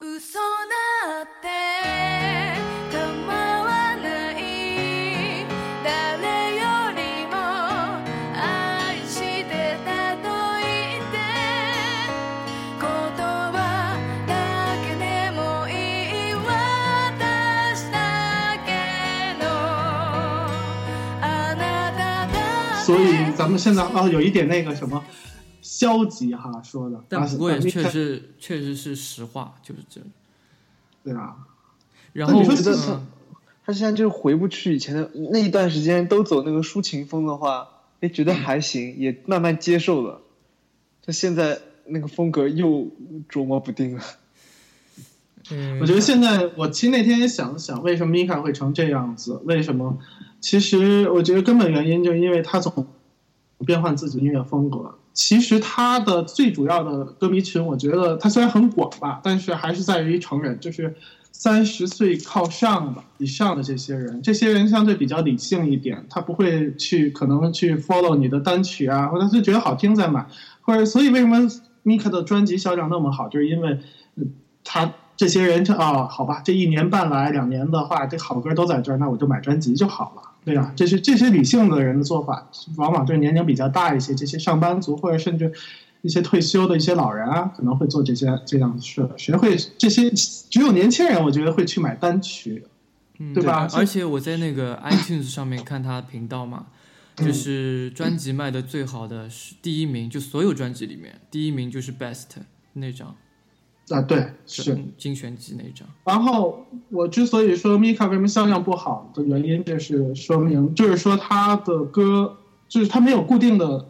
嘘なんて構わない誰よりも愛してたと言って言葉だけでもいい私だけのあなただけ所以咱们现在啊、有一点那个什么消极哈说的，啊但不过也是确实确实是实话，就是这样。对啊，然那后嗯你说觉得是他他现在就是回不去以前的那一段时间，都走那个抒情风的话，也觉得还行，也慢慢接受了。他现在那个风格又琢磨不定了。嗯，我觉得现在我其实那天想想，为什么米卡会成这样子？为什么？其实我觉得根本原因就是因为他总变换自己的音乐风格。其实他的最主要的歌迷群，我觉得他虽然很广吧，但是还是在于成人，就是三十岁靠上吧以上的这些人。这些人相对比较理性一点，他不会去可能去 follow 你的单曲啊，或者是觉得好听再买，或者所以为什么 Mika 的专辑销量那么好，就是因为嗯他这些人这啊、好吧，这一年半来两年的话，这好歌都在这儿，那我就买专辑就好了，对吧？这是这些理性的人的做法，往往对年龄比较大一些，这些上班族或者甚至一些退休的一些老人啊，可能会做这些这样的事。谁会这些？只有年轻人，我觉得会去买单曲。嗯对吧的而且我在那个 iTunes 上面看他的频道嘛，嗯就是专辑卖的最好的是第一名，就所有专辑里面第一名就是 Best 那张，啊，对，是。嗯精选集那张。然后我之所以说 Mika 为什么销量不好的原因，就是说明，就是说他的歌，就是他没有固定的，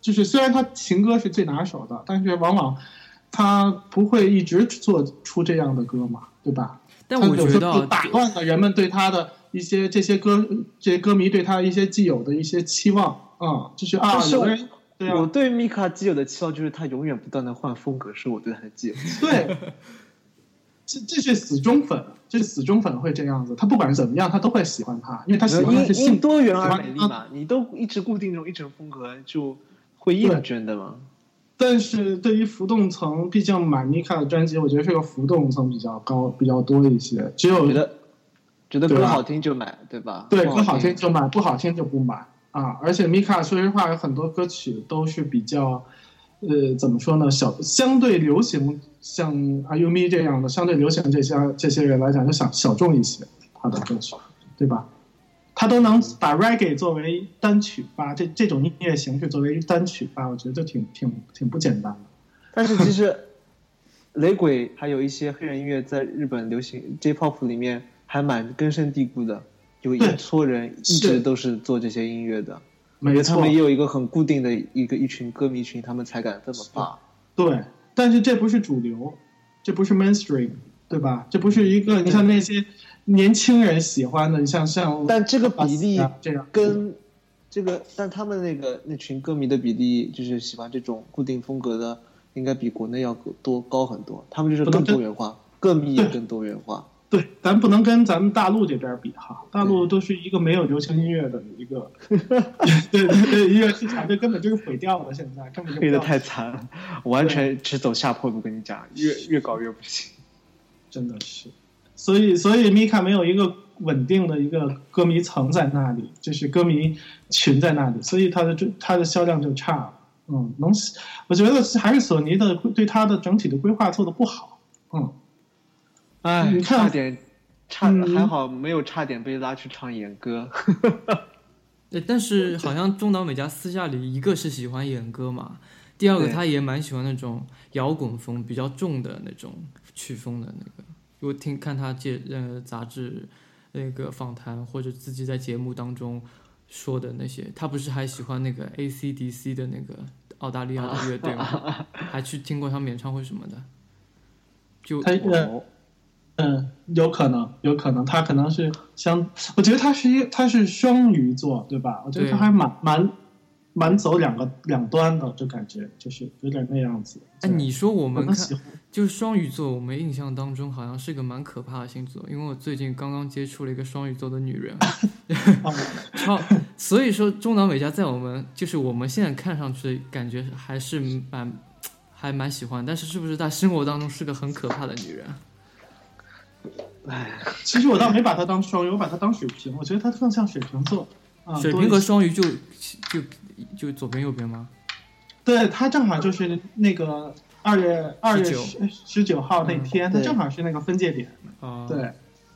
就是虽然他情歌是最拿手的，但是往往他不会一直做出这样的歌嘛，对吧？但我有觉时得候就啊打乱了人们对他的一些这些歌，这些歌迷对他一些既有的一些期望啊、就是啊但，是有我的人对我啊，对米卡基友的期望就是他永远不断的换风格，是我对他的基友。对，这这是死忠粉，这是死忠粉会这样子，他不管怎么样，他都会喜欢他，因为他喜欢的因是因嗯性格。多元喜而欢美丽他嘛，你都一直固定这种一种风格，就会厌倦的嘛。但是对于浮动层，毕竟买米卡的专辑，我觉得是个浮动层比较高、比较多一些。只有觉得觉得对歌吧好听就买，啊对吧？对不歌好听就买，不好听就不买啊。而且米卡说实话，有很多歌曲都是比较，呃，怎么说呢？小相对流行，像阿 U Mi 这样的相对流行这些这些人来讲，就小小众一些他的歌曲，对吧？他都能把 reggae 作为单曲发，这这种音乐形式作为单曲发，我觉得就挺挺挺不简单的。但是其实 雷鬼还有一些黑人音乐在日本流行 J-pop 里面还蛮根深蒂固的，有一对撮人一是直都是做这些音乐的。我觉嗯没得错，他们也有一个很固定的一个一群歌迷群，他们才敢这么发。对，但是这不是主流，这不是 mainstream，对吧？这不是一嗯个你像那些年轻人喜欢的，你像像但这个比例啊这样跟这个，但他们那个那群歌迷的比例，就是喜欢这种固定风格的，应该比国内要多高很多。他们就是更多元化，歌迷也更多元化。对，咱不能跟咱们大陆这边比哈，大陆都是一个没有流行音乐的一 个，对对对，音乐市场这根本就是毁掉了，现在根本就不黑的要太惨了，完全只走下坡路。跟你讲，越越搞越不行。真的是，所以所以米卡没有一个稳定的一个歌迷层在那里，就是歌迷群在那里，所以它的就它的销量就差了。嗯，能，我觉得是还是索尼的对它的整体的规划做的不好。嗯，哎，你看差点，差嗯还好没有差点被拉去唱演歌。对，但是好像中岛美嘉私下里一个是喜欢演歌嘛，第二个对他也蛮喜欢那种摇滚风比较重的那种曲风的那个。我听看他介呃杂志那个访谈或者自己在节目当中说的那些，他不是还喜欢那个 AC/DC 的那个澳大利亚的乐队吗？还去听过他们演唱会什么的。就它呃 哦嗯，有可能，有可能，他可能是相，我觉得他是一，他是双鱼座，对吧？我觉得他对还蛮蛮蛮走两个两端的，就感觉就是有点那样子。哎，你说我我们能看喜欢就是双鱼座，我们印象当中好像是个蛮可怕的星座，因为我最近刚刚接触了一个双鱼座的女人， 哦 超，所以说中岛美嘉在我们就是我们现在看上去感觉还是蛮还蛮喜欢，但是是不是在生活当中是个很可怕的女人？哎其实我倒没把它当双鱼，我把它当水瓶，我觉得它更像水瓶座。啊、水多瓶一和些双鱼就就就左边右边吗？对，它正好就是那个二月二月十十九号那天，它对正好是那个分界点。啊，，对，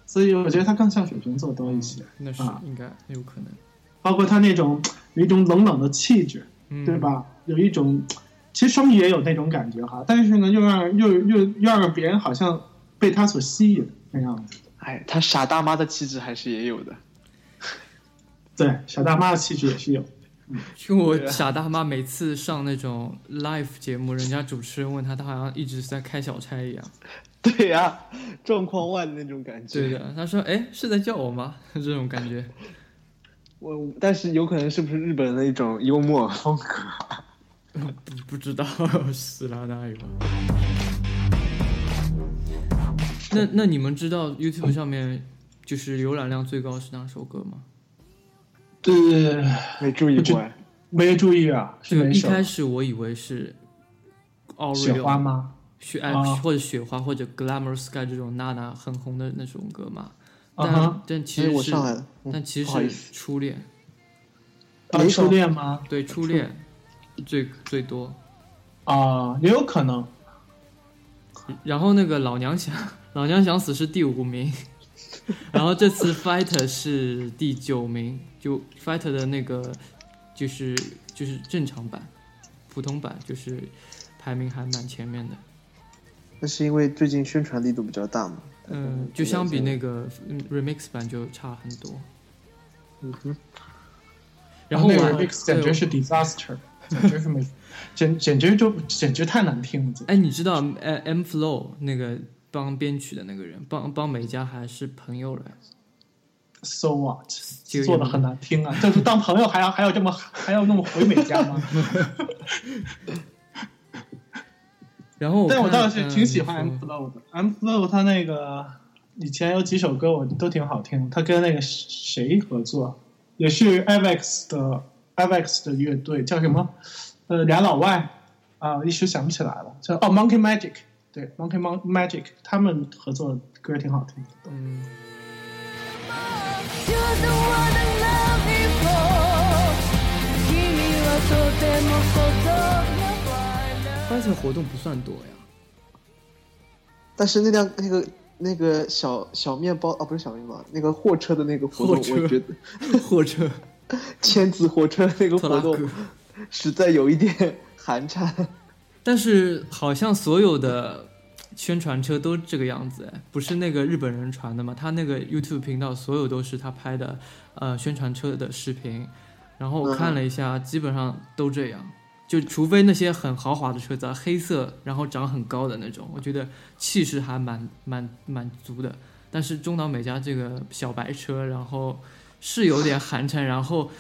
所以我觉得它更像水瓶座多一些，那是啊应该有可能，包括它那种有一种冷冷的气质，嗯，对？吧？有一种，其实双鱼也有那种感觉哈，但是呢，又让又又又让别人好像被他所吸引那样子。哎，他傻大妈的气质还是也有的。对，小大妈的气质也是有。就我对啊傻大妈每次上那种 live 节目，人家主持人问她，她好像一直在开小差一样。对呀、状况外的那种感觉。对的，她说：“哎，是在叫我吗？” 这种感觉。我但是有可能是不是日本人的一种幽默风格？不不知道 死拉那有。那那你们知道 YouTube 上面就是浏览量最高是哪首歌吗？对，没注意过哎。没注意啊，是就哪一首？开始我以为是 Oreo 雪花吗？雪哎、啊或者雪花或者 Glamour Sky 这种娜娜很红的那种歌嘛，啊但、哈，但其哎实是我上来了，嗯但其不好实意是思初恋，啊，哪首初恋吗？对初恋最最多。啊，也有可能。然后那个老娘想， 老娘想死是第五名， 然后这次 Fighter 是第九名，就 Fighter 的那个就是就是正常版，普通版就是排名还蛮前面的。那是因为最近宣传力度比较大嘛。嗯，就相比那个嗯 remix 版就差很多。嗯哼，然后我那还个 remix 简直，是 disaster，简直是没，简简直就简直太难听了。对哎，你知道呃 M Flow 那个帮编曲的那个人，帮帮美嘉还是朋友来， So what？就做的很难听啊，就是当朋友还要还要这么还要那么毁美家吗？然后但我看倒是挺喜欢嗯你 M 说 Flow 的，M Flow 他那个以前有几首歌我都挺好听，他跟那个谁合作，也是 Avex 的 Avex 的乐队叫什么？呃，俩老外啊、一时想不起来了，叫哦 Monkey Magic，对 Monkey Mon Magic，他们合作的歌挺好听的。嗯。 You're the one I love me for 君はとても但是活动不算多呀，但是那辆那个那个小小面包啊，不是小面包，那个货车的那个活动，货车我觉得 或者签字火车的那个特活拉动克。实在有一点寒颤。但是好像所有的宣传车都这个样子，哎，不是那个日本人传的嘛？他那个 YouTube 频道所有都是他拍的，呃，宣传车的视频。然后我看了一下，基本上都这样，就除非那些很豪华的车子，啊，黑色，然后长很高的那种，我觉得气势还蛮蛮蛮足的。但是中岛美嘉这个小白车，然后是有点寒碜，然后，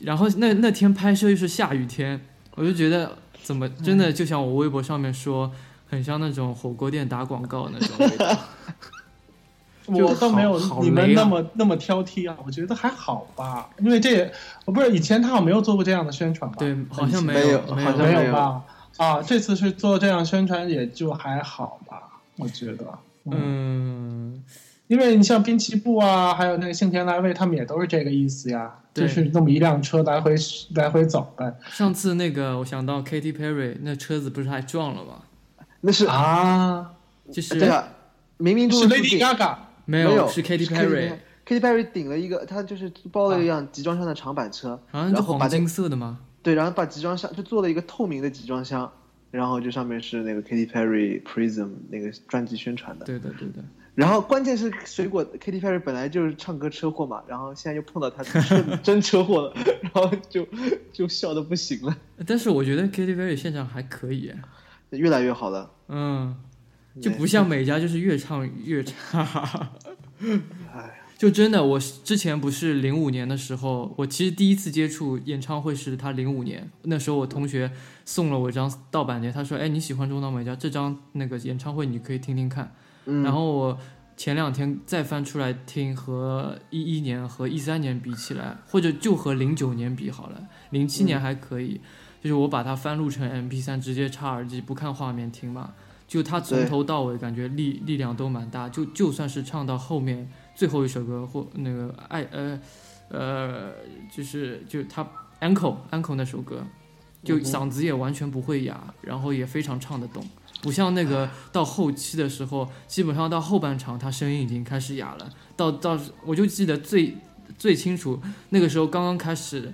然后那那天拍摄又是下雨天，我就觉得怎么真的就像我微博上面说，很像那种火锅店打广告那 种味道。就我倒没有好好你们雷啊那么那么挑剔啊，我觉觉得还好吧，因为这也呃我不是以前他好像没有做过这样的宣传吧？对，好像没有，有没好像没没有吧？啊，这次是做这样宣传也就还好吧，我觉得，嗯，因为你像滨崎步啊，还有那个幸田来未，他们也都是这个意思呀，对就是那么一辆车来回来回走呗。上次那个我想到 Katy Perry 那车子不是还撞了吗？ 那是啊，就是对啊，冥冥中是的注 Lady 定。 Gaga 没没有是 Katy Katy Perry Perry， Katy Perry 顶了一个，他就是包了一辆集装箱的长板车，好像是然后把黄那金色的吗？对，然后把集装箱就做了一个透明的集装箱，然后就上面是那个 Katy Perry Prism 那个专辑宣传的。对的，对的。然后关键是水果 Katy Perry 本来就是唱歌车祸嘛，然后现在又碰到他真真车祸了，然后就就笑的不行了，但是我觉得 Katy Perry 现场还可以，越来越好了。嗯，就对不像美嘉，就是越唱越差。 哎，就真的，我是之前不是零五年的时候，我其实第一次接触演唱会是他零五年，那时候我同学送了我一张盗版碟，他说：“哎，你喜欢中岛美嘉这张那个演唱会，你可以听听看。嗯，然后我前两天再翻出来听，和一一年和一三年比起来，或者就和零九年比好了，零七年还可以，就是我把它翻录成 MP 三，直接插耳机不看画面听嘛，就他从对头到尾感觉力力量都蛮大，就就算是唱到后面最后一首歌或那个爱呃呃，就是就他 uncle uncle 那首歌，就嗓子也完全不会哑，然后也非常唱得动，不像那个到后期的时候，基本上到后半场他声音已经开始哑了，到到我就记得最最清楚，那个时候刚刚开始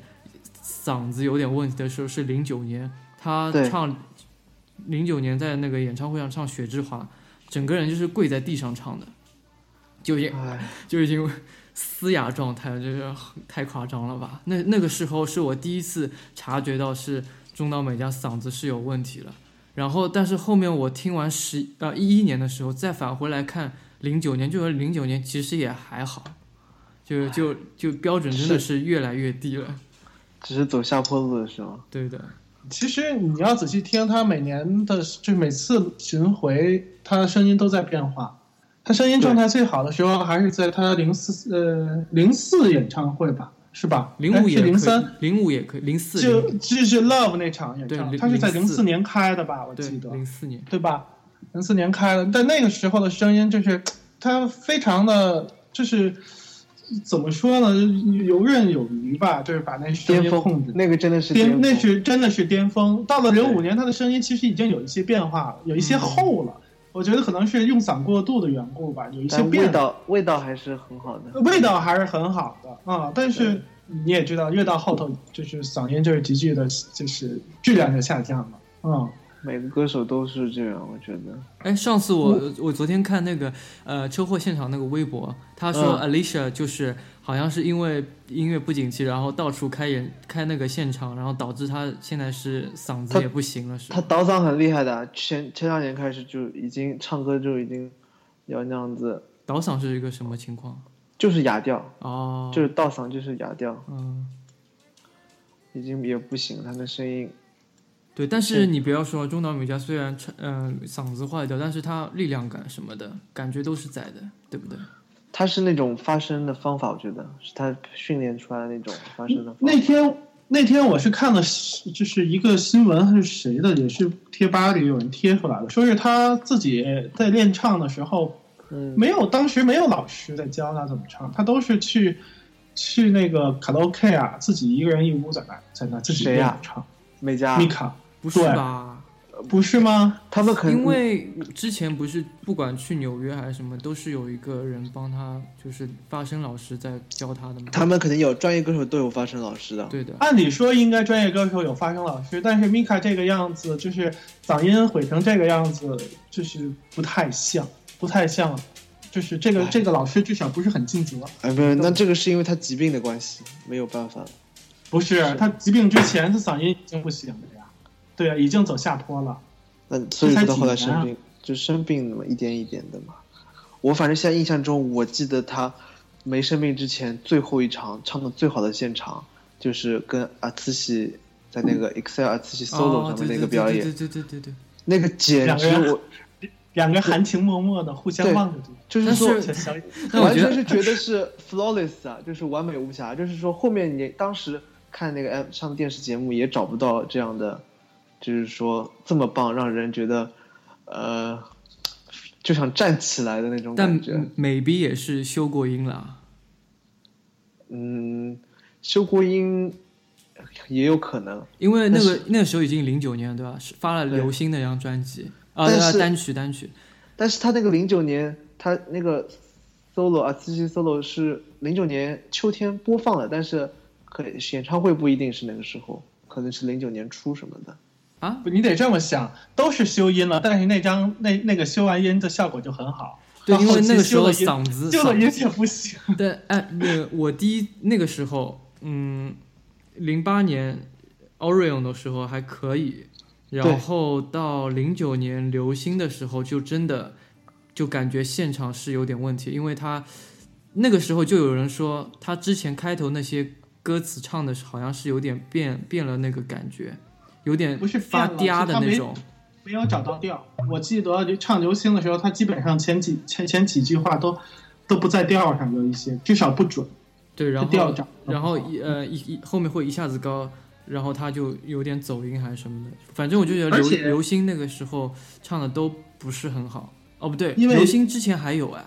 嗓子有点问题的时候是零九年，他对唱零九年在那个演唱会上唱《雪之华》，整个人就是跪在地上唱的，就也哎，就已经嘶哑状态了，就是太夸张了吧？那那个时候是我第一次察觉到是中岛美嘉嗓子是有问题了。然后，但是后面我听完十呃一一年的时候，再返回来看零九年，就是零九年其实也还好，就就哎就标准真的是越来越低了。只是走下坡路了是吗？对哎的，其实你要仔细听，他每年的，就每次巡回，他声音都在变化。他声音状态最好的时候还是在他零四呃零四演唱会吧，是吧？零哎五也是可以零三，，零五也可以，零四就就是 Love 那场演唱，对他是在04零四年开的吧？我对记得，零四年，对吧？零四年开的，但那个时候的声音就是他非常的，就是怎么说呢，游刃有余吧，就是把那声巅音控峰制，那个真的是巅巅峰，那是真的是巅峰。到了零五对年，他的声音其实已经有一些变化了，有一些嗯厚了。我觉得可能是用嗓过度的缘故吧，有一些但变味化，道味道还是很好的，味道还是很好的啊、但是对你也知道，越到后头就是嗓音就是急剧的，就是质量就下降了。嗯，每个歌手都是这样，我觉得。哎，上次嗯我我昨天看那个呃车祸现场那个微博，他说嗯 Alicia 就是好像是因为音乐不景气，然后到处开演开那个现场，然后导致他现在是嗓子她也不行了，是他吧？倒嗓很厉害的，啊前前两年开始就已经唱歌就已经要那样子，倒嗓是一个什么情况？就是哑掉，哦，就是倒嗓就是哑掉，嗯，已经也不行，他的声音对，但是你不要说中岛美嘉虽然唱呃嗓子坏掉，但是她力量感什么的感觉都是在的，对不对？他是那种发声的方法，我觉得是他训练出来的那种发声啊的方那法。天那天我是看了，就是一个新闻是谁的，也是贴吧里有人贴出来的，说是他自己在练唱的时候，嗯，没有当时没有老师在教他怎么唱，他都是去去那个卡拉 OK 啊，自己一个人一屋在那在那自己谁啊呀练唱。美嘉米，卡不是对吧？不是吗？他们肯因为之前不是不管去纽约还是什么，都是有一个人帮他，就是发声老师在教他的嘛。他们肯定有专业歌手都有发声老师的，对的，按理说应该专业歌手有发声老师，但是米卡这个样子，就是嗓音毁成这个样子，就是不太像，不太像，就是这个哎这个老师至少不是很尽责。哎，不是，那这个是因为他疾病的关系，没有办法。不是，他疾病之前他嗓音已经不行了呀，对啊，已经走下坡了。那所以说才到几后来年生啊病，就生病了，一点一点的嘛。我反正现在印象中，我记得他没生病之前最后一场唱的最好的现场，就是跟阿茨西在那个 Excel 阿茨西 solo 哦上对面对那个对表对演，对对对对对。那个简两个直人我两个含情脉脉的互相对望着对方就是但说是小小，但我完觉全得是觉得是 flawless 啊，就是完美无瑕。就是说后面你当时看那个 M 上电视节目也找不到这样的，就是说这么棒，让人觉得呃就想站起来的那种但感觉。美 B 也是修过音了，嗯，修过音也有可能，因为那但个是那个时候已经零九年了对吧？是发了《对流星》那张专辑啊，但呃是单曲单曲，但是他那个零九年他那个 solo 啊，自己 solo 是零九年秋天播放的，但是可演唱会不一定是那个时候，可能是零九年初什么的。啊你得这么想，都是修音了，但是那张那那个修完音的效果就很好。对，哦然因后为那个时候修了嗓子音修了嗓音也不行。对，哎，那我第一那个时候，嗯，零八年 Orion 的时候还可以，然后到零九年流星的时候，就真的就感觉现场是有点问题，因为他那个时候就有人说他之前开头那些歌词唱的是好像是有点变变了那个感觉，有点不是变发了嗲是的他那没种，没有找到调。我记得就唱《流星》的时候，他基本上前几前前几句话都都不在调上，有一些至少不准，对，然调后长得不好。然后一呃一一后面会一下子高，然后他就有点走音还是什么的，反正我就觉得而刘且刘星那个时候唱的都不是很好。哦，不对，因为刘星之前还有哎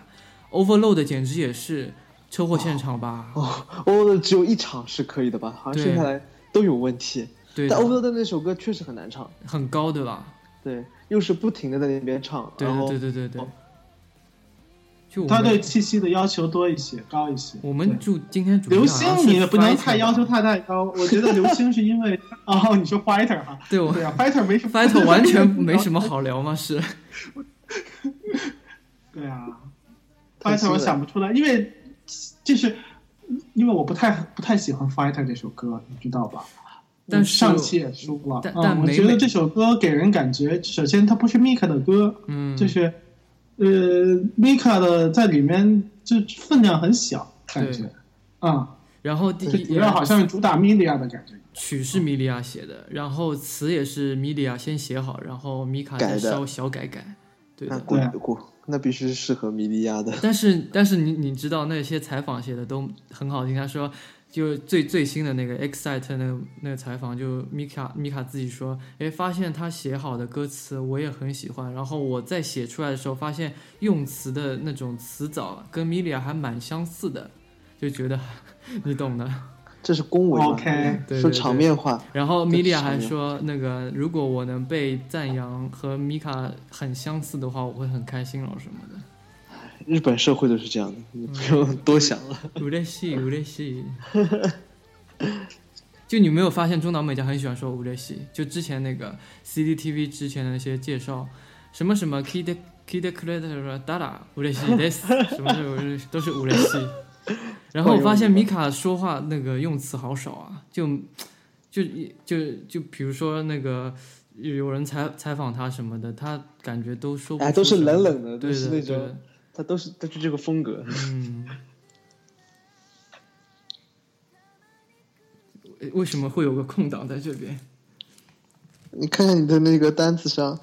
，Overload 简直也是车祸现场吧？哦欧乐只有一场是可以的吧？好像剩下来都有问题。对的，但欧乐的那首歌确实很难唱，很高对吧？对，又是不停的在那边唱，对然后对对对对对。就我哦他对们气息的要求多一些，高一些。对我们就今天主刘要星是你也不能 fighter 太要求太太高，我觉得刘星是因为 哦，你说 fighter 哈，对我对啊，fighter 啊没什么 fighter 完全 没什么好聊嘛，是对啊太，fighter 新我了想不出来，因为就是因为我不太不太喜欢 fighter 这首歌，你知道吧？但是上期也说了，但嗯但我每觉得每这首歌给人感觉，首先它不是 Mika 的歌，嗯，就是呃 Mika 的在里面就分量很小，感觉对啊，然后第就一主要好像是主打 Media 的感觉。曲是米利亚写的，然后词也是米利亚先写好，然后米卡再改的稍小改改，对那的。果对啊果那必须是适合米利亚的。但是但是你你知道那些采访写的都很好听，他说就最最新的那个 Excite 那个那个采访，就米卡米卡自己说，哎，发现他写好的歌词我也很喜欢，然后我在写出来的时候发现用词的那种词藻跟米利亚还蛮相似的，就觉得 你懂的。这是恭维嘛 OK 对说对场对面话，然后米利亚还是说，那个如果我能被赞扬和米卡很相似的话，我会很开心了什么的。日本社会都是这样的，你不用多想了。有点戏，有点戏。就你没有发现中岛美嘉很喜欢说无列西？就之前那个 CCTV 之前的那些介绍，什么什么 kid kid c r e d i t 哒哒无列西 this 什么什么都是无列西。然后我发现米卡说话那个用词好少啊，就就就就比如说那个有人采采访他什么的，他感觉都说不出哎，都是什么冷冷的，对都是的对那的种，他都是都是这个风格。嗯。为什么会有个空档在这边？你看看你的那个单词上，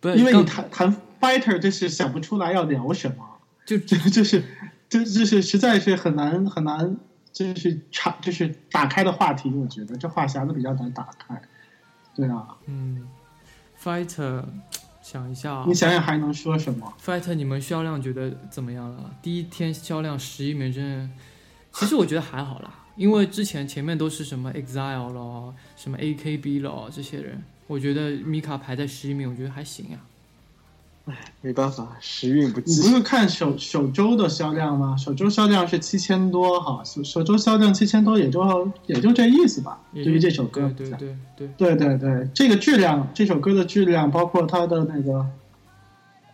不是，因为你刚谈谈 fighter 就是想不出来要聊什么，就就就是就就是实在是很难很难，就是插就是打开的话题，我觉得这话匣子比较难打开。对啊，嗯，fighter，想一下、啊你想想还能说什么？ ，fighter，你们销量觉得怎么样了？第一天销量十一枚真，其实我觉得还好啦，因为之前前面都是什么 exile 咯，什么 AKB 咯这些人，我觉得米卡排在十一名，我觉得还行啊呀、没办法，时运不你不济。是看首首周的销量吗？首周销量是七千多哈，首首周销量七千多，也就也就这意思吧。也对就于这首歌来讲，对对对对对，对对，这个质量，这首歌的质量，包括它的那个，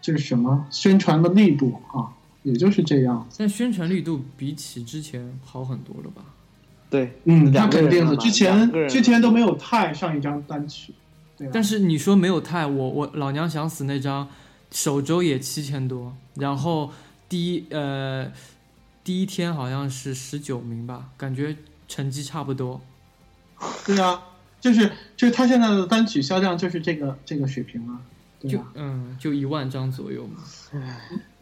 就是什么宣传的力度啊，也就是这样。但宣传力度比起之前好很多了吧？对，嗯，那两个肯定人的。了嘛之两个前人之前都没有太上一张单曲，对吧但？是你说没有太，我我老娘想死那张，首周也七千多，然后第一呃第一天好像是十九名吧，感觉成绩差不多。对啊，就是就是他现在的单曲销量就是这个这个水平啊，对就吧？嗯，就一万张左右嘛。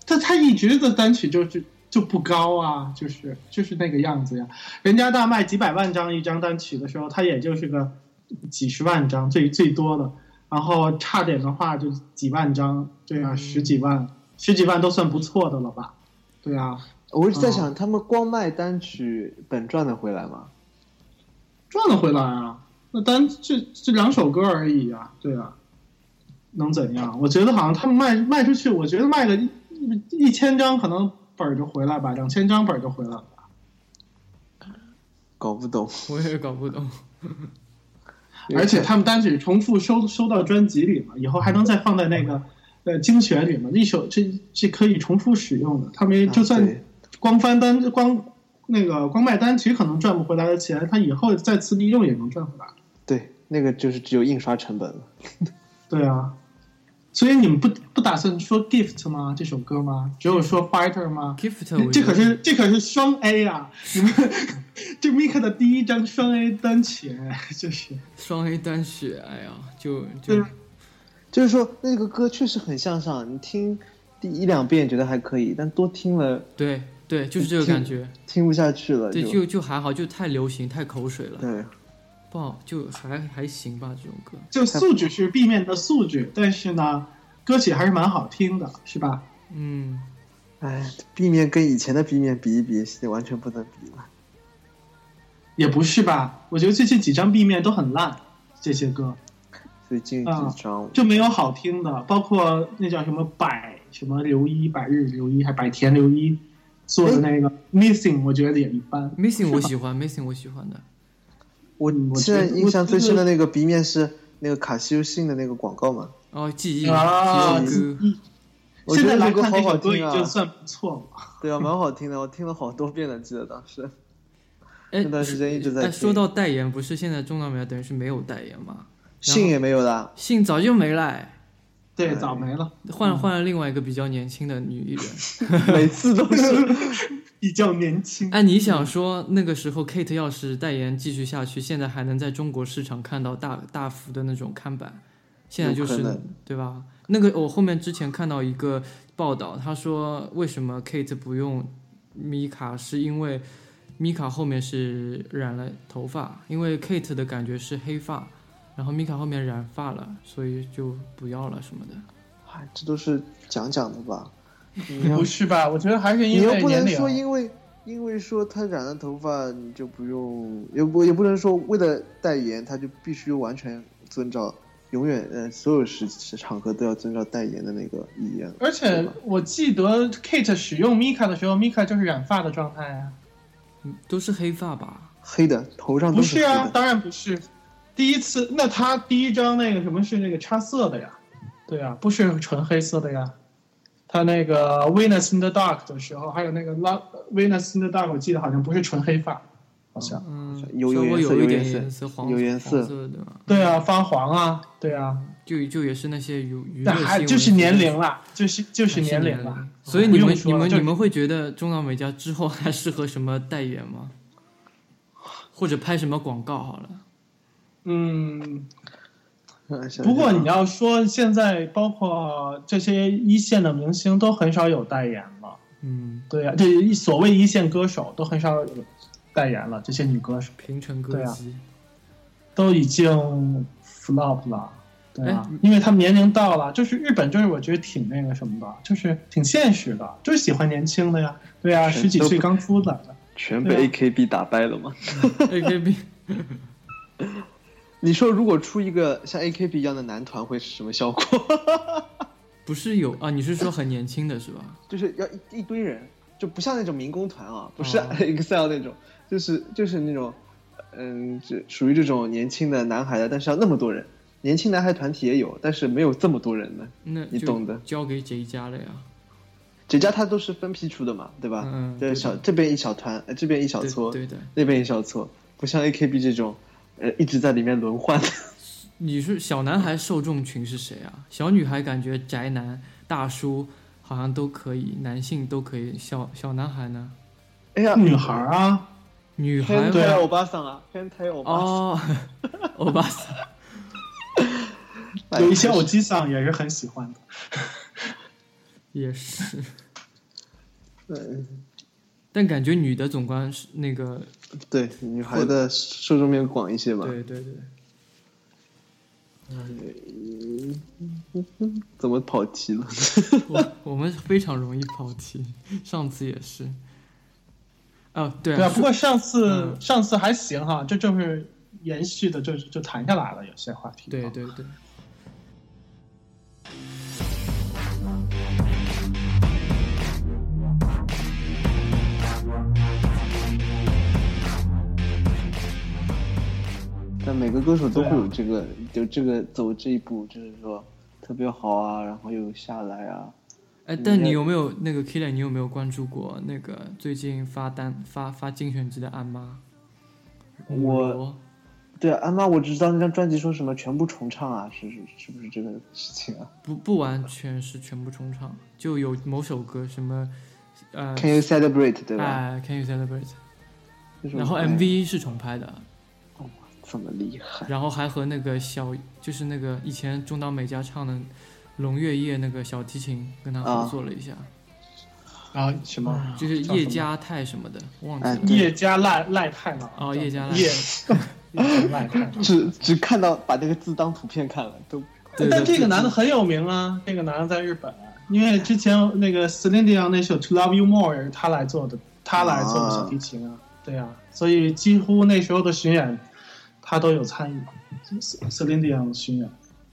但他一直的单曲就是就不高啊，就是就是那个样子呀。人家大卖几百万张一张单曲的时候，他也就是个几十万张最最多的，然后差点的话就几万张，对啊，十几万嗯十几万都算不错的了吧？对啊，我一直在想，他们光卖单曲本赚得回来吗？赚了回来啊。那单这这两首歌而已啊，对啊，能怎样？我觉得好像他们卖卖出去，我觉得卖个一一一千张可能本儿就回来吧，两千张本儿就回来了。搞不懂。我也搞不懂。而且他们单曲重复收收到专辑里嘛，以后还能再放在那个呃精选里嘛，一首这这可以重复使用的。他们就啊算对光翻单光那个光卖单曲可能赚不回来的钱，他以后再次利用也能赚回来。对，那个就是只有印刷成本了。对啊，所以你们不不打算说 gift 吗？这首歌吗？只有说 fighter 吗？ Gift，我这觉得可是这可是双 A 啊！你们 这 Mika 的第一张双 A 单曲，就是双 A 单曲，哎呀，就对就啊就是说，那个歌确实很向上，你听第一两遍觉得还可以，但多听了对对，就是这个感觉。听不下去了。对，就就就还好，就太流行，太口水了。对，不好，就还还行吧。这种歌，就素质是 B 面的素质，但是呢，歌曲还是蛮好听的，是吧？嗯，哎，B 面跟以前的 B 面比一比，完全不能比了。也不是吧？我觉得最近几张 B 面都很烂，这些歌最近啊几张，就没有好听的，包括那叫什么百什么刘一、百日刘一，还百田刘一做的那个 Missing，我觉得也一般。 Missing 我喜欢，Missing 我喜欢的。我嗯我现在觉得印象我最觉深的得那个 B 面是那个卡西欧信的那个广告嘛，哦，记忆，啊记忆歌，嗯我觉现在得来那个看好这好首歌听已啊，经算不错了。 对啊，蛮好听的，我听了好多遍了，记得当时。哎，那段时间一直在哎，听说到代言，不是现在中岛美嘉等于是没有代言嘛？信也没有 啦，信早就没了，哎对，早没了，嗯换换了另外一个比较年轻的女艺人。每次都是 比较年轻。哎，你想说那个时候 Kate 要是代言继续下去，现在还能在中国市场看到大大幅的那种看板，现在就有可是能对吧？那个我后面之前看到一个报道，他说为什么 Kate 不用米卡，是因为米卡后面是染了头发，因为 Kate 的感觉是黑发，然后米卡后面染发了，所以就不要了什么的。哎，这都是讲讲的吧？不是吧？我觉得还是你因又为不年能龄。啊说因为因为说他染了头发，你就不用，也不也不能说为了代言，他就必须完全遵照永远呃所有时时场合都要遵照代言的那个意愿。而且我记得 Kate 使用 Mika 的时候，Mika 就是染发的状态啊。嗯都是黑发吧？黑的头上不哦都是黑啊，的，当然不是。第一次，那他第一张那个什么是那个差色的呀？对啊，不是纯黑色的呀。他那个 Venus in the Dark 的时候，还有那个 Love Venus in the Dark，我记得好像不是纯黑发，好像。嗯，有稍有微颜色有一有点颜色色，黄有颜黄色色嗯对吧？对啊，发黄啊，对啊，就就也是那些娱娱乐那新还闻就是之年类的龄啦，就是就还是是年龄龄啦。所以不你用们说你了们就你们会觉得中岛美嘉之后还适合什么代言吗？或者拍什么广告好了？嗯，不不过你要说现在包括这些一线的明星都很少有代言了，嗯，对呀、这一所谓一线歌手都很少有代言了，这些女歌手平成歌对啊姬。 都已经 flop 了，对啊哎，因为他们年龄到了，就是日本就是我觉得挺那个什么的，就是挺现实的，就是喜欢年轻的呀，对啊，是十几都岁不刚出来的，全对啊被 AKB 打败了吗？ AKB 你说如果出一个像 AKB 一样的男团会是什么效果？不是有啊？你是说很年轻的是吧？就是要一一堆人，就不像那种民工团啊，不是哦 Excel 那种，就是就是那种，嗯，这属于这种年轻的男孩的，但是要那么多人，年轻男孩团体也有，但是没有这么多人的。那你就懂的交给谁家了呀？这家他都是分批出的嘛，对吧？嗯对对，的小这边一小团，呃这边一小对撮，对的，那边一小撮，不像 AKB 这种，呃，一直在里面轮换的。 你是小男孩受众群是谁啊？小女孩感觉宅男、大叔好像都可以，男性都可以。小小男孩呢？哎呀，女孩儿啊，女孩偏对胎啊欧巴桑啊，偏胎欧巴 桑，哦，欧巴桑。哎有一些偶机上也是很喜欢的。也是，嗯但感觉女的总观是那个， 对女孩的受众面广一些吧。对对对，怎么跑题了？我 我们非常容易跑题，上次也是。哦，对对啊，啊，不过上次、嗯上次还行哈，这就是延续的就，就谈下来了，有些话题。对，对对，但每个歌手都对啊会有这个，有这个走这一步，就是说特别好啊，然后又下来啊。哎，嗯但你有没有那个 Killer？你有没有关注过那个最近发单发发精选集的俺妈？五我罗对啊，安妈，我只知道那张专辑说什么全部重唱啊，是是是不是这个事情啊不不完全是全部重唱，就有某首歌什么，呃， ？Can you celebrate 对吧？哎，Can you celebrate？就是然后哎 MV 是重拍的，这么厉害，然后还和那个小，就是那个以前中岛美嘉唱的《龙月夜》那个小提琴跟他合作了一下，然后什啊么就是叶，家泰什么的，忘记哎了。叶家赖赖太郎哦，叶家叶泰，从外看。只只看到把那个字当图片看了，都对但对这个对男的很有名啊，这个男的在日本，因为之前那个 Celine Dion 那首《To Love You More》也是他来做的，他来做的小提琴啊，对呀、所以几乎那时候的巡演他都有参与，Celine Dion 的巡演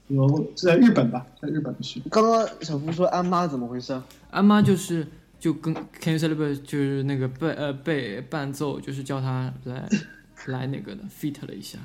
有在日本吧，在日本的巡演。刚刚小夫说安妈怎么回事啊？安妈就是就跟 Can You Celebrate 就是那个被呃被伴奏，就是叫他来来那个的 fit 了一下，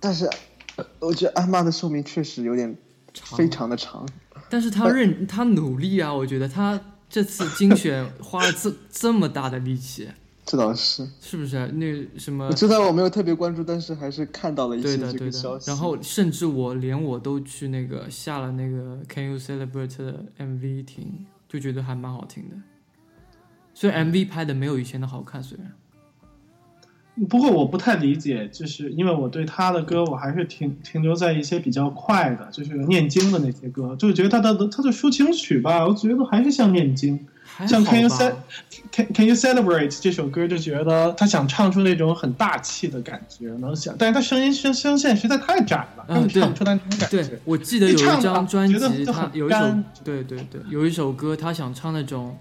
但是，呃我觉得安妈的寿命确实有点长非常的长。但是他认他努力啊，我觉得他这次精选花了这这么大的力气，这倒是，是不是？那什么我？知道我没有特别关注，但是还是看到了一嗯对些的，这对个的消。息。然后甚至我连我都去那个下了那个 Can You Celebrate 的 MV 听，就觉得还蛮好听的。虽嗯然 MV 拍的没有以前的好看，虽然不过我不太理解，就是因为我对他的歌，我还是停停留在一些比较快的，就是念经的那些歌，就觉得他的他的抒情曲吧，我觉得还是像念经。还好像 Can You 吧 Ce-。Can Can You Celebrate 这首歌，就觉得他想唱出那种很大气的感觉，能想，但是他声音声声线实在太窄了，根嗯本唱不出来那种感对 觉。，我记得有一张专一唱吧觉辑，得就他很有一首干，对对对，有一首歌，他想唱那种，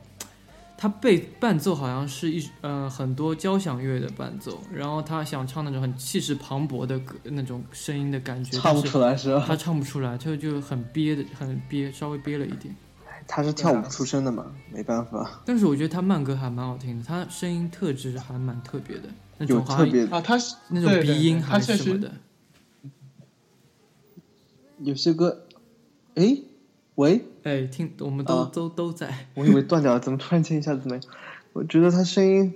他被伴奏好像是一呃很多交响乐的伴奏，然后他想唱那种很气势磅礴的歌那种声音的感觉，唱不出来，来是吧？他唱不出来，他就很憋的，很憋，稍微憋了一点。他是啊跳舞出身的嘛，没办法，但是我觉得他慢歌还蛮好听的，他声音特质还蛮特别的，那有种好特像别啊，他是那种对对鼻音对他还是确什么实的。有些歌，诶，喂，哎，听我们都啊都都在，我以为断掉了，怎么突然间一下子没？我觉得他声音，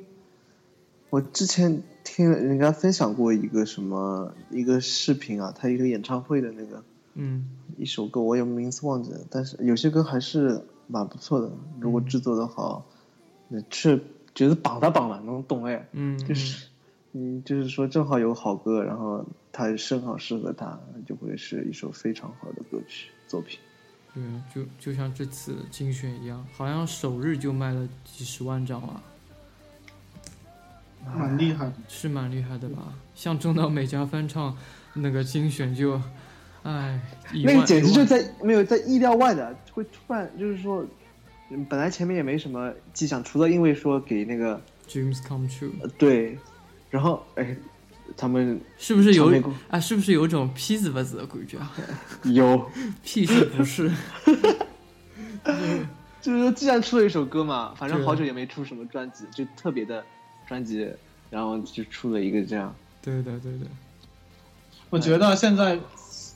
我之前听人家分享过一个什么一个视频啊，他一个演唱会的那个嗯。一首歌，我也名字忘记了，但是有些歌还是蛮不错的，如嗯果制作的好，那是觉得绑他绑了能懂哎，嗯，就是嗯，就是说正好有好歌，然后他正好适合他，就会是一首非常好的歌曲作品。对，就就像这次精选一样，好像首日就卖了几十万张了，蛮厉害的。是蛮厉害的吧？像中岛美嘉翻唱那个精选就，唉，一万那个简直一就万在没有在意料外的，会突然就是说，嗯本来前面也没什么迹象，除了因为说给那个 dreams come true，呃对，然后哎，他们是不是有唱那个啊？是不是有种痞子吧子的感觉啊？有，屁是 不是？就是说既然出了一首歌嘛，反正对啊好久也没出什么专辑，就特别的专辑，然后就出了一个这样。对的对的，我觉得现在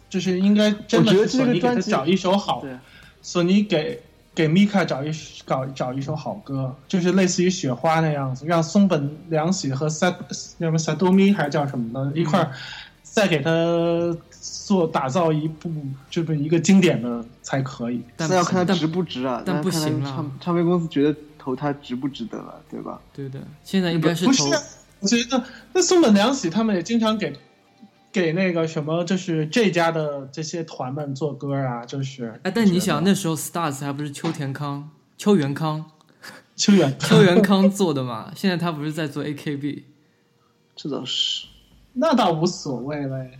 就是应该真的我觉得是这索个尼给他专辑找一首好，对，索尼给给 Mika 找一搞找一首好歌，就是类似于雪花那样子，让松本凉喜和萨那什么萨多咪还是叫什么的，一块儿再给他做打造一部这么一个经典的才可以。但那要看他但值不值啊，但那要不看他行啊唱唱片公司觉得投他值不值得了，对吧？对的，现在应该是不投是，啊我觉得那松本凉喜他们也经常给给那个什么，就是这家的这些团们做歌啊，就是哎，但你想那时候 stars 还不是秋田康、秋元康、 秋远秋元康做的嘛？现在他不是在做 AKB。这倒是。 那倒无所谓呗。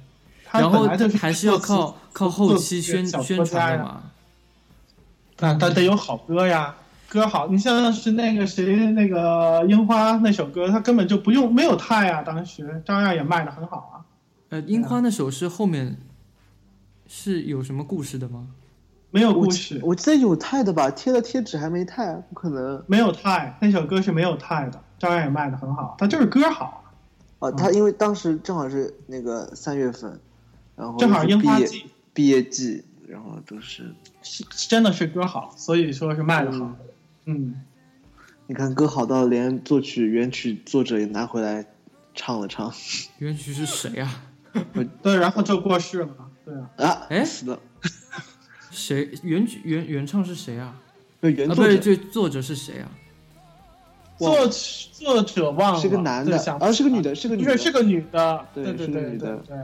他然后本来就是还是要做靠靠后期宣宣传的嘛。那他得有好歌呀，歌好。你像是那个谁，那个樱花那首歌，他根本就不用没有太呀，当时照样也卖的很好啊。呃，樱花那首是后面是有什么故事的吗？没有我故记事，我记得有泰的吧，贴了贴纸还没泰，不可能没有太那首歌是没有太的，照样也卖的很好。他就是歌好，啊。他嗯因为当时正好是那个三月份，然后正好是樱花毕业季毕业季，然后都是是真的是歌好，所以说是卖的好嗯。嗯，你看歌好到连作曲原曲作者也拿回来唱了唱原曲是谁啊？对，然后就过世了嘛。对啊，啊，哎死了，谁原曲原原唱是谁啊？那原啊，不作是，者这作者是谁啊？忘了作曲作者忘了是个男对的，想啊是个女的，是个不女是的，是个女的，对对对是个对女的对对。啊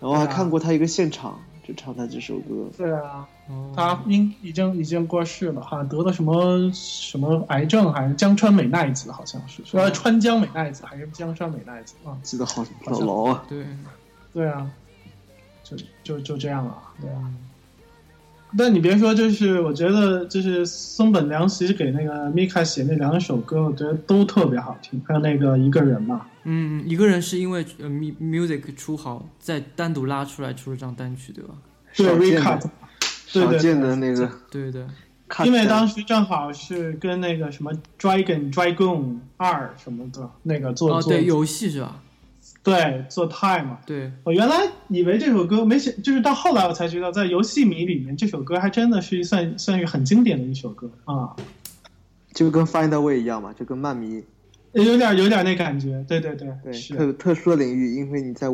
然后还看过他一个现场，就唱他这首歌。对啊，哦他应已经已经过世了哈，得了什么什么癌症，还是江川美奈子，好像是说川江美奈子还是江川美奈子啊？记得好好老像牢啊，对，对啊，就就就这样了，对啊。嗯但你别说，就是我觉得，就是松本良其实给那个 Mika 写那两首歌，我觉得都特别好听。还有那个一个人嘛，嗯，一个人是因为呃，mu-，music 出好，再单独拉出来出了张单曲，对吧？对少见 Recut，的对少对见的那个 cut 对的，的，因为当时正好是跟那个什么 Dragon Dragon 二什么的那个做、哦，做对，游戏是吧？对做 Time 嘛。对，我哦原来以为这首歌没想，就是到后来我才知道，在游戏迷里面，这首歌还真的是算算是很经典的一首歌啊，就跟 Find a Way 一样嘛，就跟漫迷有点有点那感觉。对对对，对是。特特殊的领域，因为你在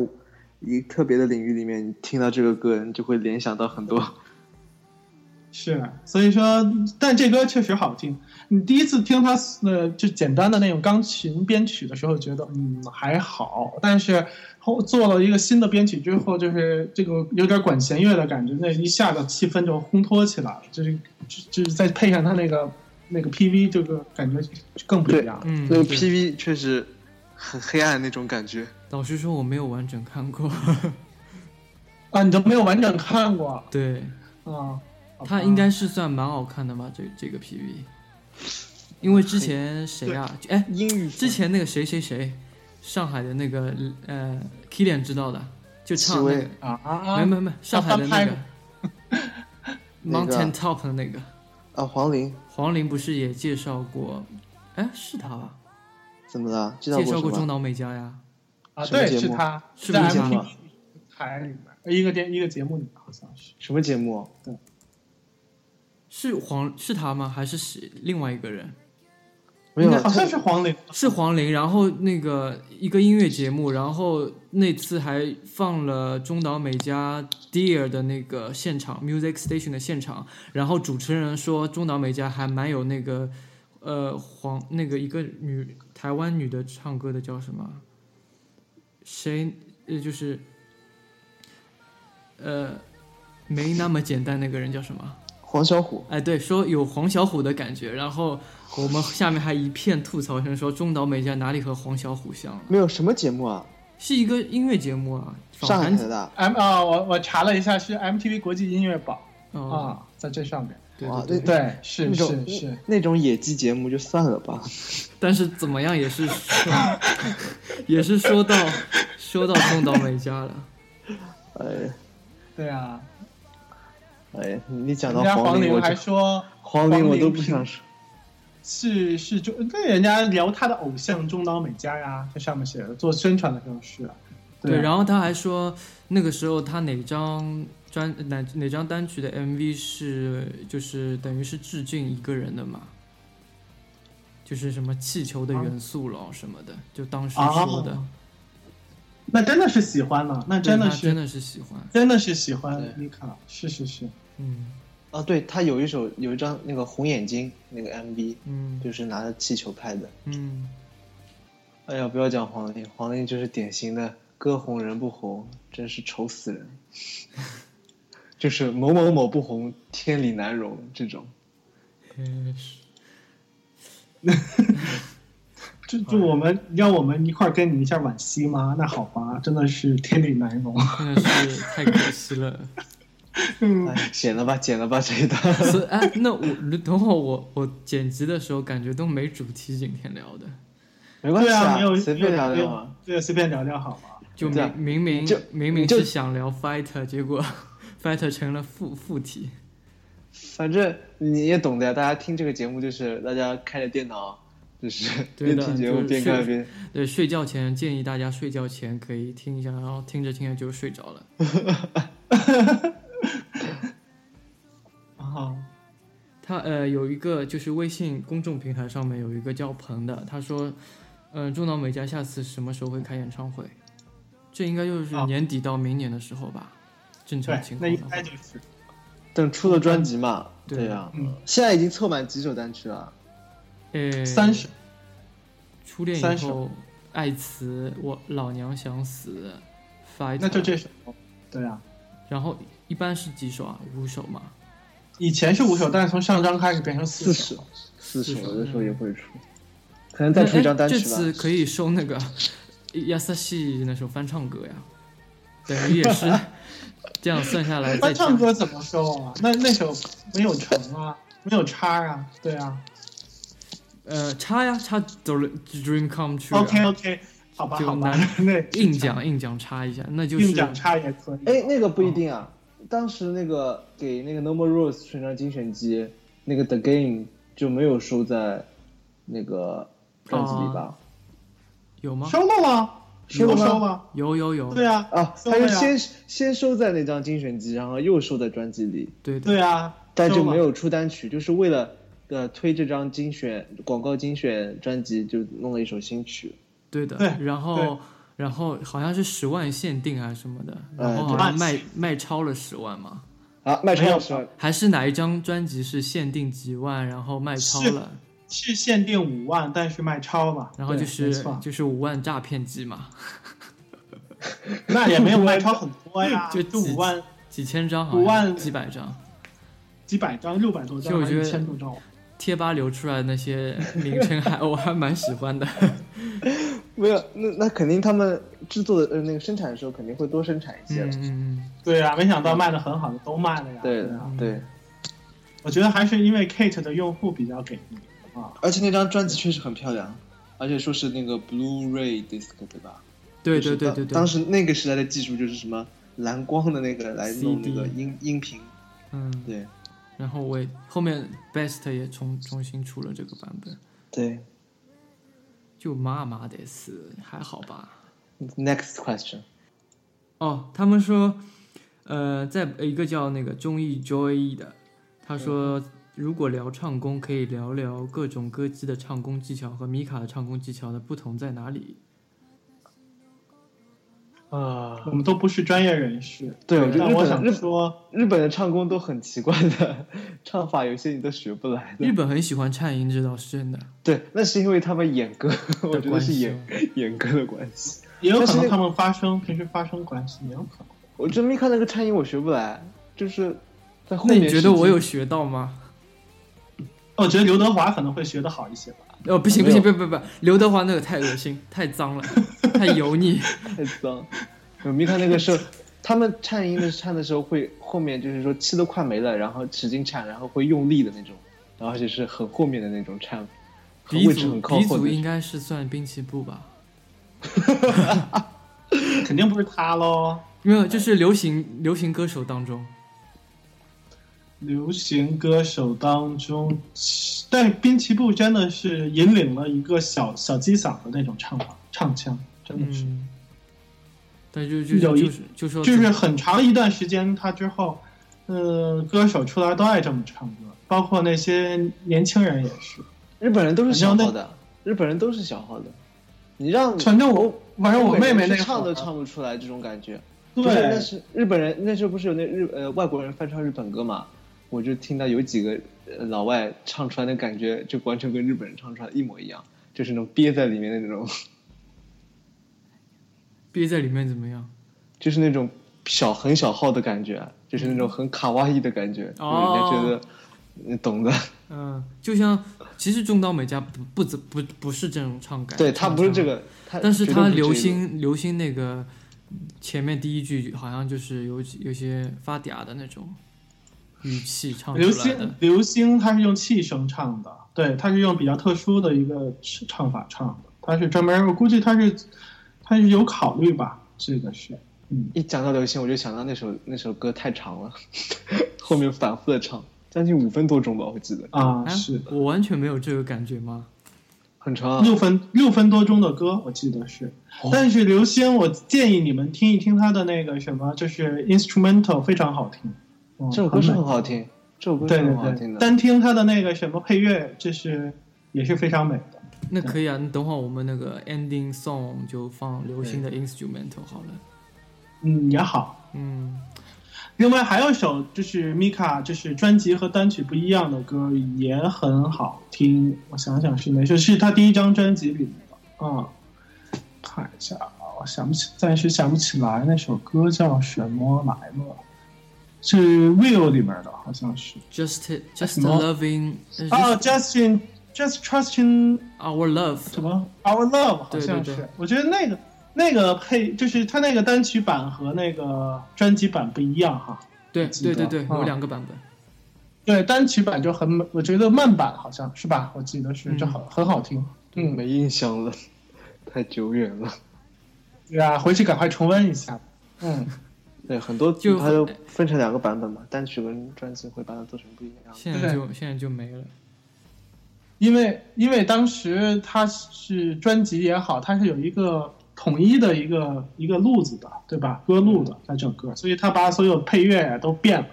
一个特别的领域里面，你听到这个歌，你就会联想到很多。嗯是，所以说，但这歌确实好听。你第一次听它，呃，就简单的那种钢琴编曲的时候，觉得嗯还好，但是后做了一个新的编曲之后，就是这个有点管弦乐的感觉，那一下子气氛就烘托起来了，就是就就是再配上它那个那个 PV，这个感觉就更不一样了。嗯， 那个对 PV 确实很黑暗那种感觉，老实说我没有完整看过， 啊，你都没有完整看过啊对，？好吧它应该是算蛮好看的吧？这这个 PV，因为之前谁啊？哎，英语之前那个谁谁谁，上海的那个呃 Kilian 知道的，就唱那戚个薇，啊，没没没，上海的那个哪个 Mountain Top 的那个啊，黄龄黄龄不是也介绍过？哎，是他吧？怎么了？介绍介绍过过什中么？岛美嘉呀。啊，什么对，节是目他，是在不是讲 MTV 了台里面一个电一个节目里面好像是。什么节啊目？嗯是黄是他吗？还是是另外一个人？没有应该啊，好像他是黄龄。是黄龄，然后那个一个音乐节目，然后那次还放了中岛美嘉 Dear 的那个现场 Music Station 的现场，然后主持人说中岛美嘉还蛮有那个呃黄那个一个女台湾女的唱歌的叫什么？谁？呃，就是呃没那么简单那个人叫什么？黄小琥，哎，对，说有黄小琥的感觉，然后我们下面还一片吐槽声，说中岛美嘉哪里和黄小琥像了？没有什么节目啊？是一个音乐节目啊，访上海谈台的啊。 M 啊，我我查了一下，是 MTV 国际音乐榜哦，啊，在这上面。对哇对对，对，是那种是是，那种野鸡节目就算了吧，但是怎么样也是说， 也是说到说到中岛美嘉 了，哎对啊。哎，你讲到人家黄龄，龄我还就说黄龄我都不想说，是是中，对人家聊他的偶像中岛美嘉呀，这上面写的做宣传的时候是啊。对，后然后他还说那个时候他哪张专哪哪张单曲的 MV 是就是等于是致敬一个人的嘛，就是什么气球的元素咯什么的，就当时说啊的，那真的是喜欢了，那对真的他是真的是喜欢，真的是喜欢对米卡，是是是，嗯啊，对他有一首有一张那个红眼睛那个 MV，嗯就是拿着气球拍的。嗯，哎呀，不要讲黄龄，黄龄就是典型的歌红人不红，真是愁死人。 就是某某某不红，天理难容这种。嗯是就就我们让我们一块儿跟你一下惋惜吗？那好吧，真的是天理难容。真的是太可惜了。哎，剪了吧，剪了吧这一段。所以哎，那我等会儿我我剪辑的时候感觉都没主题，今天聊的没关系对啊，没有随便聊聊啊嘛。，没有对，随便聊聊好吗？就对啊明明明就明明你就是想聊 fighter，结果 fighter 成了附附体。反正你也懂的呀，大家听这个节目就是大家开着电脑，就是对边的听节目就是边看边。对，睡觉前建议大家睡觉前可以听一下，然后听着听着就睡着了。啊，他呃有一个就是微信公众平台上面有一个叫鹏的，他说，嗯、中岛美嘉下次什么时候会开演唱会？这应该就是啊年底到明年的时候吧，正常对情，那况应的话该就是等出了专辑嘛，对对呀、嗯现在已经凑满几首单曲了？呃，三十初恋三以首后，爱词，我老娘想死，fight，那就这首，对啊，然后一般是几首啊？五首嘛。以前是五首，但是从上张开始变成四首。首，四首四首嗯有的时候嗯也会出，可能再出一张单哎曲这次吧。可以收那个亚萨西那首翻唱歌呀，等于也 是这样算下来再翻加唱歌怎么收啊？那那首没有成啊，没有叉啊，对啊。呃插呀插走了 Dream Come True 啊 OK OK，好吧就好吧难，那硬讲硬讲插一下，那就是硬讲叉也可以。哎，那个不一定啊。当时那个给那个 No More Rules 出一张精选集，那个 The Game 就没有收在那个专辑里吧？有吗？收了吗？收了我吗收了。有有有，对啊，啊，收他了是呀。先先收在那张精选集，然后又收在专辑里，对对啊，但就收了没有出单曲，就是为了呃推这张精选广告精选专辑，就弄了一首新曲。对的，对然对后然后好像是十万限定还是什么的，呃然后好对像卖卖超了十万嘛，啊，卖没有超十万，还是哪一张专辑是限定几万，然后卖超是了，是限定五万，但是卖超了。然后就对是没错就是五万诈骗集嘛，那也没有卖超很多呀，就就五万几千张好像，五万几百张，几百张，六百多就张，我觉得一千多张。贴吧流出来的那些名称 还我还蛮喜欢的，没有，那那肯定他们制作的呃那个生产的时候肯定会多生产一些嗯了。嗯对啊，没想到卖的很好的都卖了呀。对对啊的，对，我觉得还是因为 Kate 的用户比较给力啊。而且那张专辑确实很漂亮，而且说是那个 Blu-ray disc 对吧？嗯，对对就是对当对对，当时那个时代的技术就是什么蓝光的那个来弄那个 CD 音音频，嗯，对然后我也后面 Best 也重重新出了这个版本，对。就麻麻的死，还好吧。 Next question，哦，他们说，呃，在一个叫那个中艺 Joy 的，他说、嗯如果聊唱功，可以聊聊各种歌姬的唱功技巧和米卡的唱功技巧的不同在哪里。啊我，们都不是专业人士，对，我觉得但日我本想日说，日本的唱功都很奇怪的， 唱法有些你都学不来日的。本很喜欢颤音，这倒是真的。对，那是因为他们演歌， 我觉得是演的关哦演歌的关系。也有可但是能他们发生平时发生关系，也有可能。我真没看那个颤音，我学不来，就是在后那面。你觉得我有？学到吗？我觉得刘德华可能会学的好一些吧。哦，不行没不有行，不不不，刘德华那个太恶心，太 脏了，太油腻。太脏。 我没看那个是，他们颤音的颤的时候会后面就是说气都快没了，然后使劲颤，然后会用力的那种，然后而且是很后面的那种颤，鼻位置祖很靠鼻后祖的。应该是算滨崎步吧？肯定不是他喽。没有，哎就是流行流行歌手当中，流行歌手当中，但是滨崎步真的是引领了一个小小鸡嗓的那种唱法唱腔，真的是，嗯，但就就有一就是就说就是很长一段时间，他之后，呃，歌手出来都爱这么唱歌，包括那些年轻人也是。日本人都是小反号正的，日本人都是小号的。你让反正我，反正我妹妹那会儿唱都唱不出来这种感觉。不是那对，是日本人那时候不是有那日呃外国人翻唱日本歌嘛？我就听到有几个呃老外唱出来的感觉，就完全跟日本人唱出来一模一样，就是那种憋在里面的那种，憋在里面怎么样？就是那种小很小号的感觉，啊就是那种很卡哇伊的感觉，哦就是人家觉得你懂的。嗯，就像其实中岛美嘉不不怎不不是这种唱感，对他不是这个，他唱腔，但是绝对他不这流个行流行那个前面第一句好像就是有有些发嗲的那种语气唱出流来星的，流星他是用气声唱的，对，他是用比较特殊的一个唱法唱的，他是专门，我估计他是他是有考虑吧，这个是，嗯，一讲到流行，我就想到那首那首歌太长了， 后面反复的唱，将近五分多钟吧，我记得啊、啊是。我完全没有这个感觉吗？很长啊、六分六分多钟的歌，我记得是。哦但是刘星，我建议你们听一听他的那个什么，就是 instrumental 非常好听。嗯、这首歌是很很美好听，这首歌对是很好对听对，的。单听他的那个什么配乐，就是也是非常美的。那可以啊，你等会儿我们那个 ending song 就放流行的 instrumental 好了。嗯，也好。嗯，另外还有一首就是 Mika，就是专辑和单曲不一样的歌，也很好听。我想想是哪首？是他第一张专辑里面的。嗯，看一下啊，我想不起，暂时想不起来那首歌叫什么来了。是 Will 里面的，好像是 Just it- just 什么 loving 呃啊 just ，Justin Just Trustin our 什 love，么 Our Love 好对像对对是，我觉得那个那个配就是他那个单曲版和那个专辑版不一样哈。对记得对对对，啊有两个版本。对，单曲版就很，我觉得慢版好像是吧？我记得是，嗯就很、很好听。嗯，没印象了，太久远了。对啊，回去赶快重温一下。嗯，对，很多就它都分成两个版本嘛，单曲跟专辑会把它做成不一样的。现在就现在就没了。因为因为当时它是专辑也好，它是有一个统一的一个一个路子的，对吧？歌路的它整个，所以它把所有配乐呀都变了，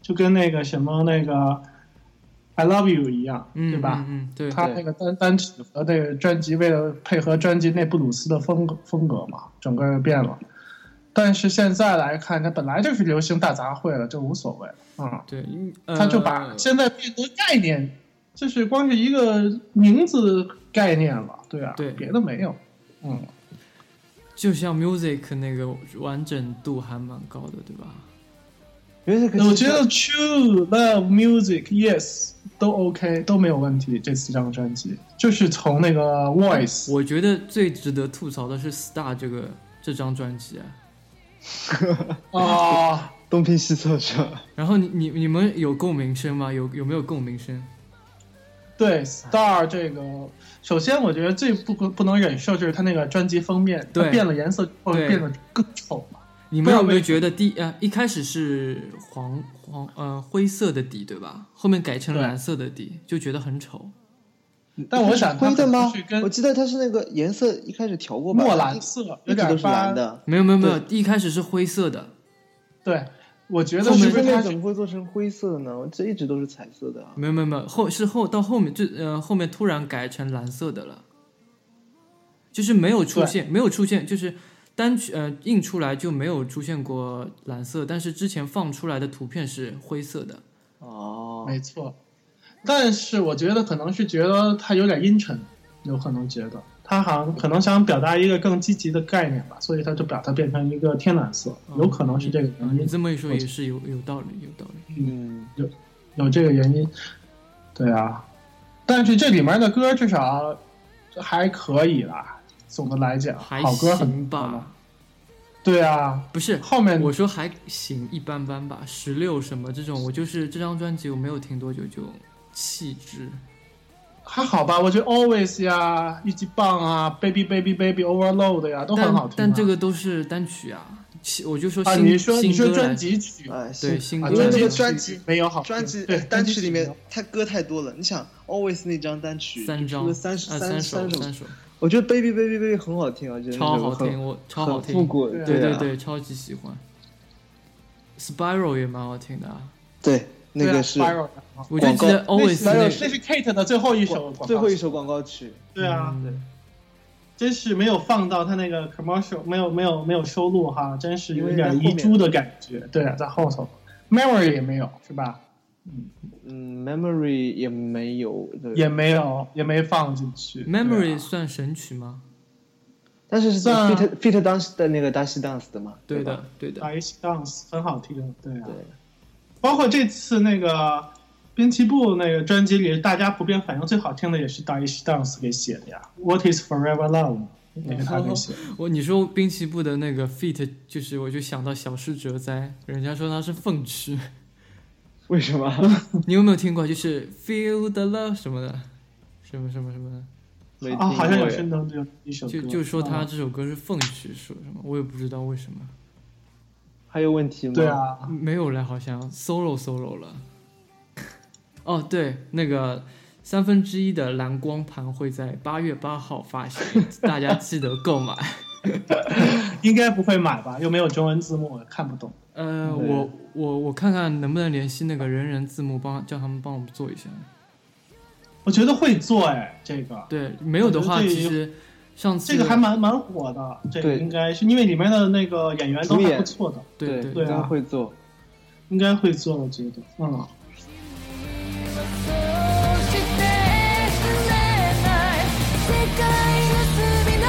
就跟那个什么那个 I Love You 一样，嗯，对吧？嗯，嗯对，他那个单单曲和那个专辑，为了配合专辑内布鲁斯的风格风格嘛，整个变了。但是现在来看，它本来就是流行大杂烩了，就无所谓了。嗯，对，嗯他就把现在变成概念，就是光是一个名字概念了，对啊，对别的没有。嗯，就像 music 那个完整度还蛮高的，对吧？因为这个我觉得 True Love Music Yes 都 OK，都没有问题。这四张专辑就是从那个 Voice 我觉得最值得吐槽的是 Star 这个这张专辑啊。哦啊。东拼西凑是吧？然后你你你们有共鸣声吗？有有没有共鸣声？对 Star 这个，首先我觉得最不不能忍受就是它那个专辑封面，它对变了颜色之后对变得更丑了。你们有不知道没为有觉得第呃一开始是黄黄呃灰色的底对吧？后面改成对蓝色的底，就觉得很丑。但我想它嗯灰的吗可能是？跟我记得它是那个颜色一开始调过吧，墨蓝色一有直都点是蓝发。的，没有没有没有，一开始是灰色的，对，我觉得后是面不是封它面是怎么会做成灰色的呢？这一直都是彩色的啊。没有没有没有，后是后到后面就呃后面突然改成蓝色的了，就是没有出对现没有出现，就是单曲呃印出来就没有出现过蓝色，但是之前放出来的图片是灰色的，哦，没错，但是我觉得可能是觉得它有点阴沉，有可能觉得它好像可能想表达一个更积极的概念吧，所以它就把它变成一个天蓝色，有可能是这个嗯原你因，这么一说我也是有有道理有道理，嗯，有这个原因。对啊，但是这里面的歌至少还可以啦，总的来讲，还好歌很行多嘛。吧？对啊，不是，后面我说还行一般般吧，十六什么这种，我就是这张专辑我没有听多久就弃之，还好吧，我觉得 Always 呀、一级棒啊、Baby Baby Baby Overload 呀都很好但听、啊但这个都是单曲啊，其我就说新、啊，你说新你说歌来专辑曲啊，哎，对行。新啊歌因为来那说个专辑没有好听专辑哎对单曲里单面曲，它歌太多了。你想，Always 那张单曲三出张，了三十啊三首，首三首，我觉得 Baby Baby Baby 很好听啊，就是超好听，我超好很复听，古，对啊对对对对，超级喜欢。Spiral 也蛮好听的啊，对，那对啊个是 Spiral 啊我就记得广告 Always 那那是那是 Kate 的最后一首广告，最后一首广告曲，对啊。嗯真是没有放到他那个 commercial，没有没有没有收录哈，真是有因为在点后面遗珠的感觉。对啊，在后头，memory 也没有是吧？嗯，Memory 也没有，对也没有也没放进去。 Memory 算神曲吗？但是是算啊 Fit Fit 当时的那个 Dash Dance 的嘛，对吧的，，对的， H 啊 dance 很好听，对啊。对，包括这次那个滨崎步那个专辑里，大家普遍反映最好听的也是 H dance 给写的呀。What is forever love？也嗯是他给写的。我你说滨崎步的那个 feat，就是我就想到小室哲哉，人家说他是凤痴，为什 么？啊你有没有听过？就是 feel the love 什么的，什么什么什么的，没听啊，好像有过耶深能这一首歌，就就说他嗯这首歌是凤痴，说什么我也不知道为什么，还有问题吗？对，啊，没有了，好像 solo solo 了。哦，对，那个三分之一的蓝光盘会在八月八号发行，大家记得购买。应该不会买吧？又没有中文字幕，我看不懂。呃，对我我我看看能不能联系那个人人字幕帮叫他们帮我们做一下。我觉得会做哎，这个对，没有的话，我觉得这其实上次这个还蛮蛮火的，这个对应该是因为里面的那个演员都主演还不错的，对应对该啊会做。应该会做，我觉得，嗯。 「そうしてくれない世界の全てを隅の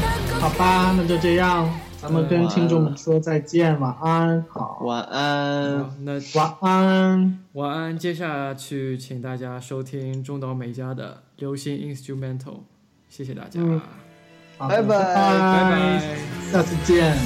どこか好吧，那就这样。咱们跟听众们说再见，晚安，好，晚安，好呃那晚安。晚安，接下去请大家收听中岛美嘉的《流行 Instrumental》，谢谢大家，嗯好的拜拜拜拜拜，拜。下次见。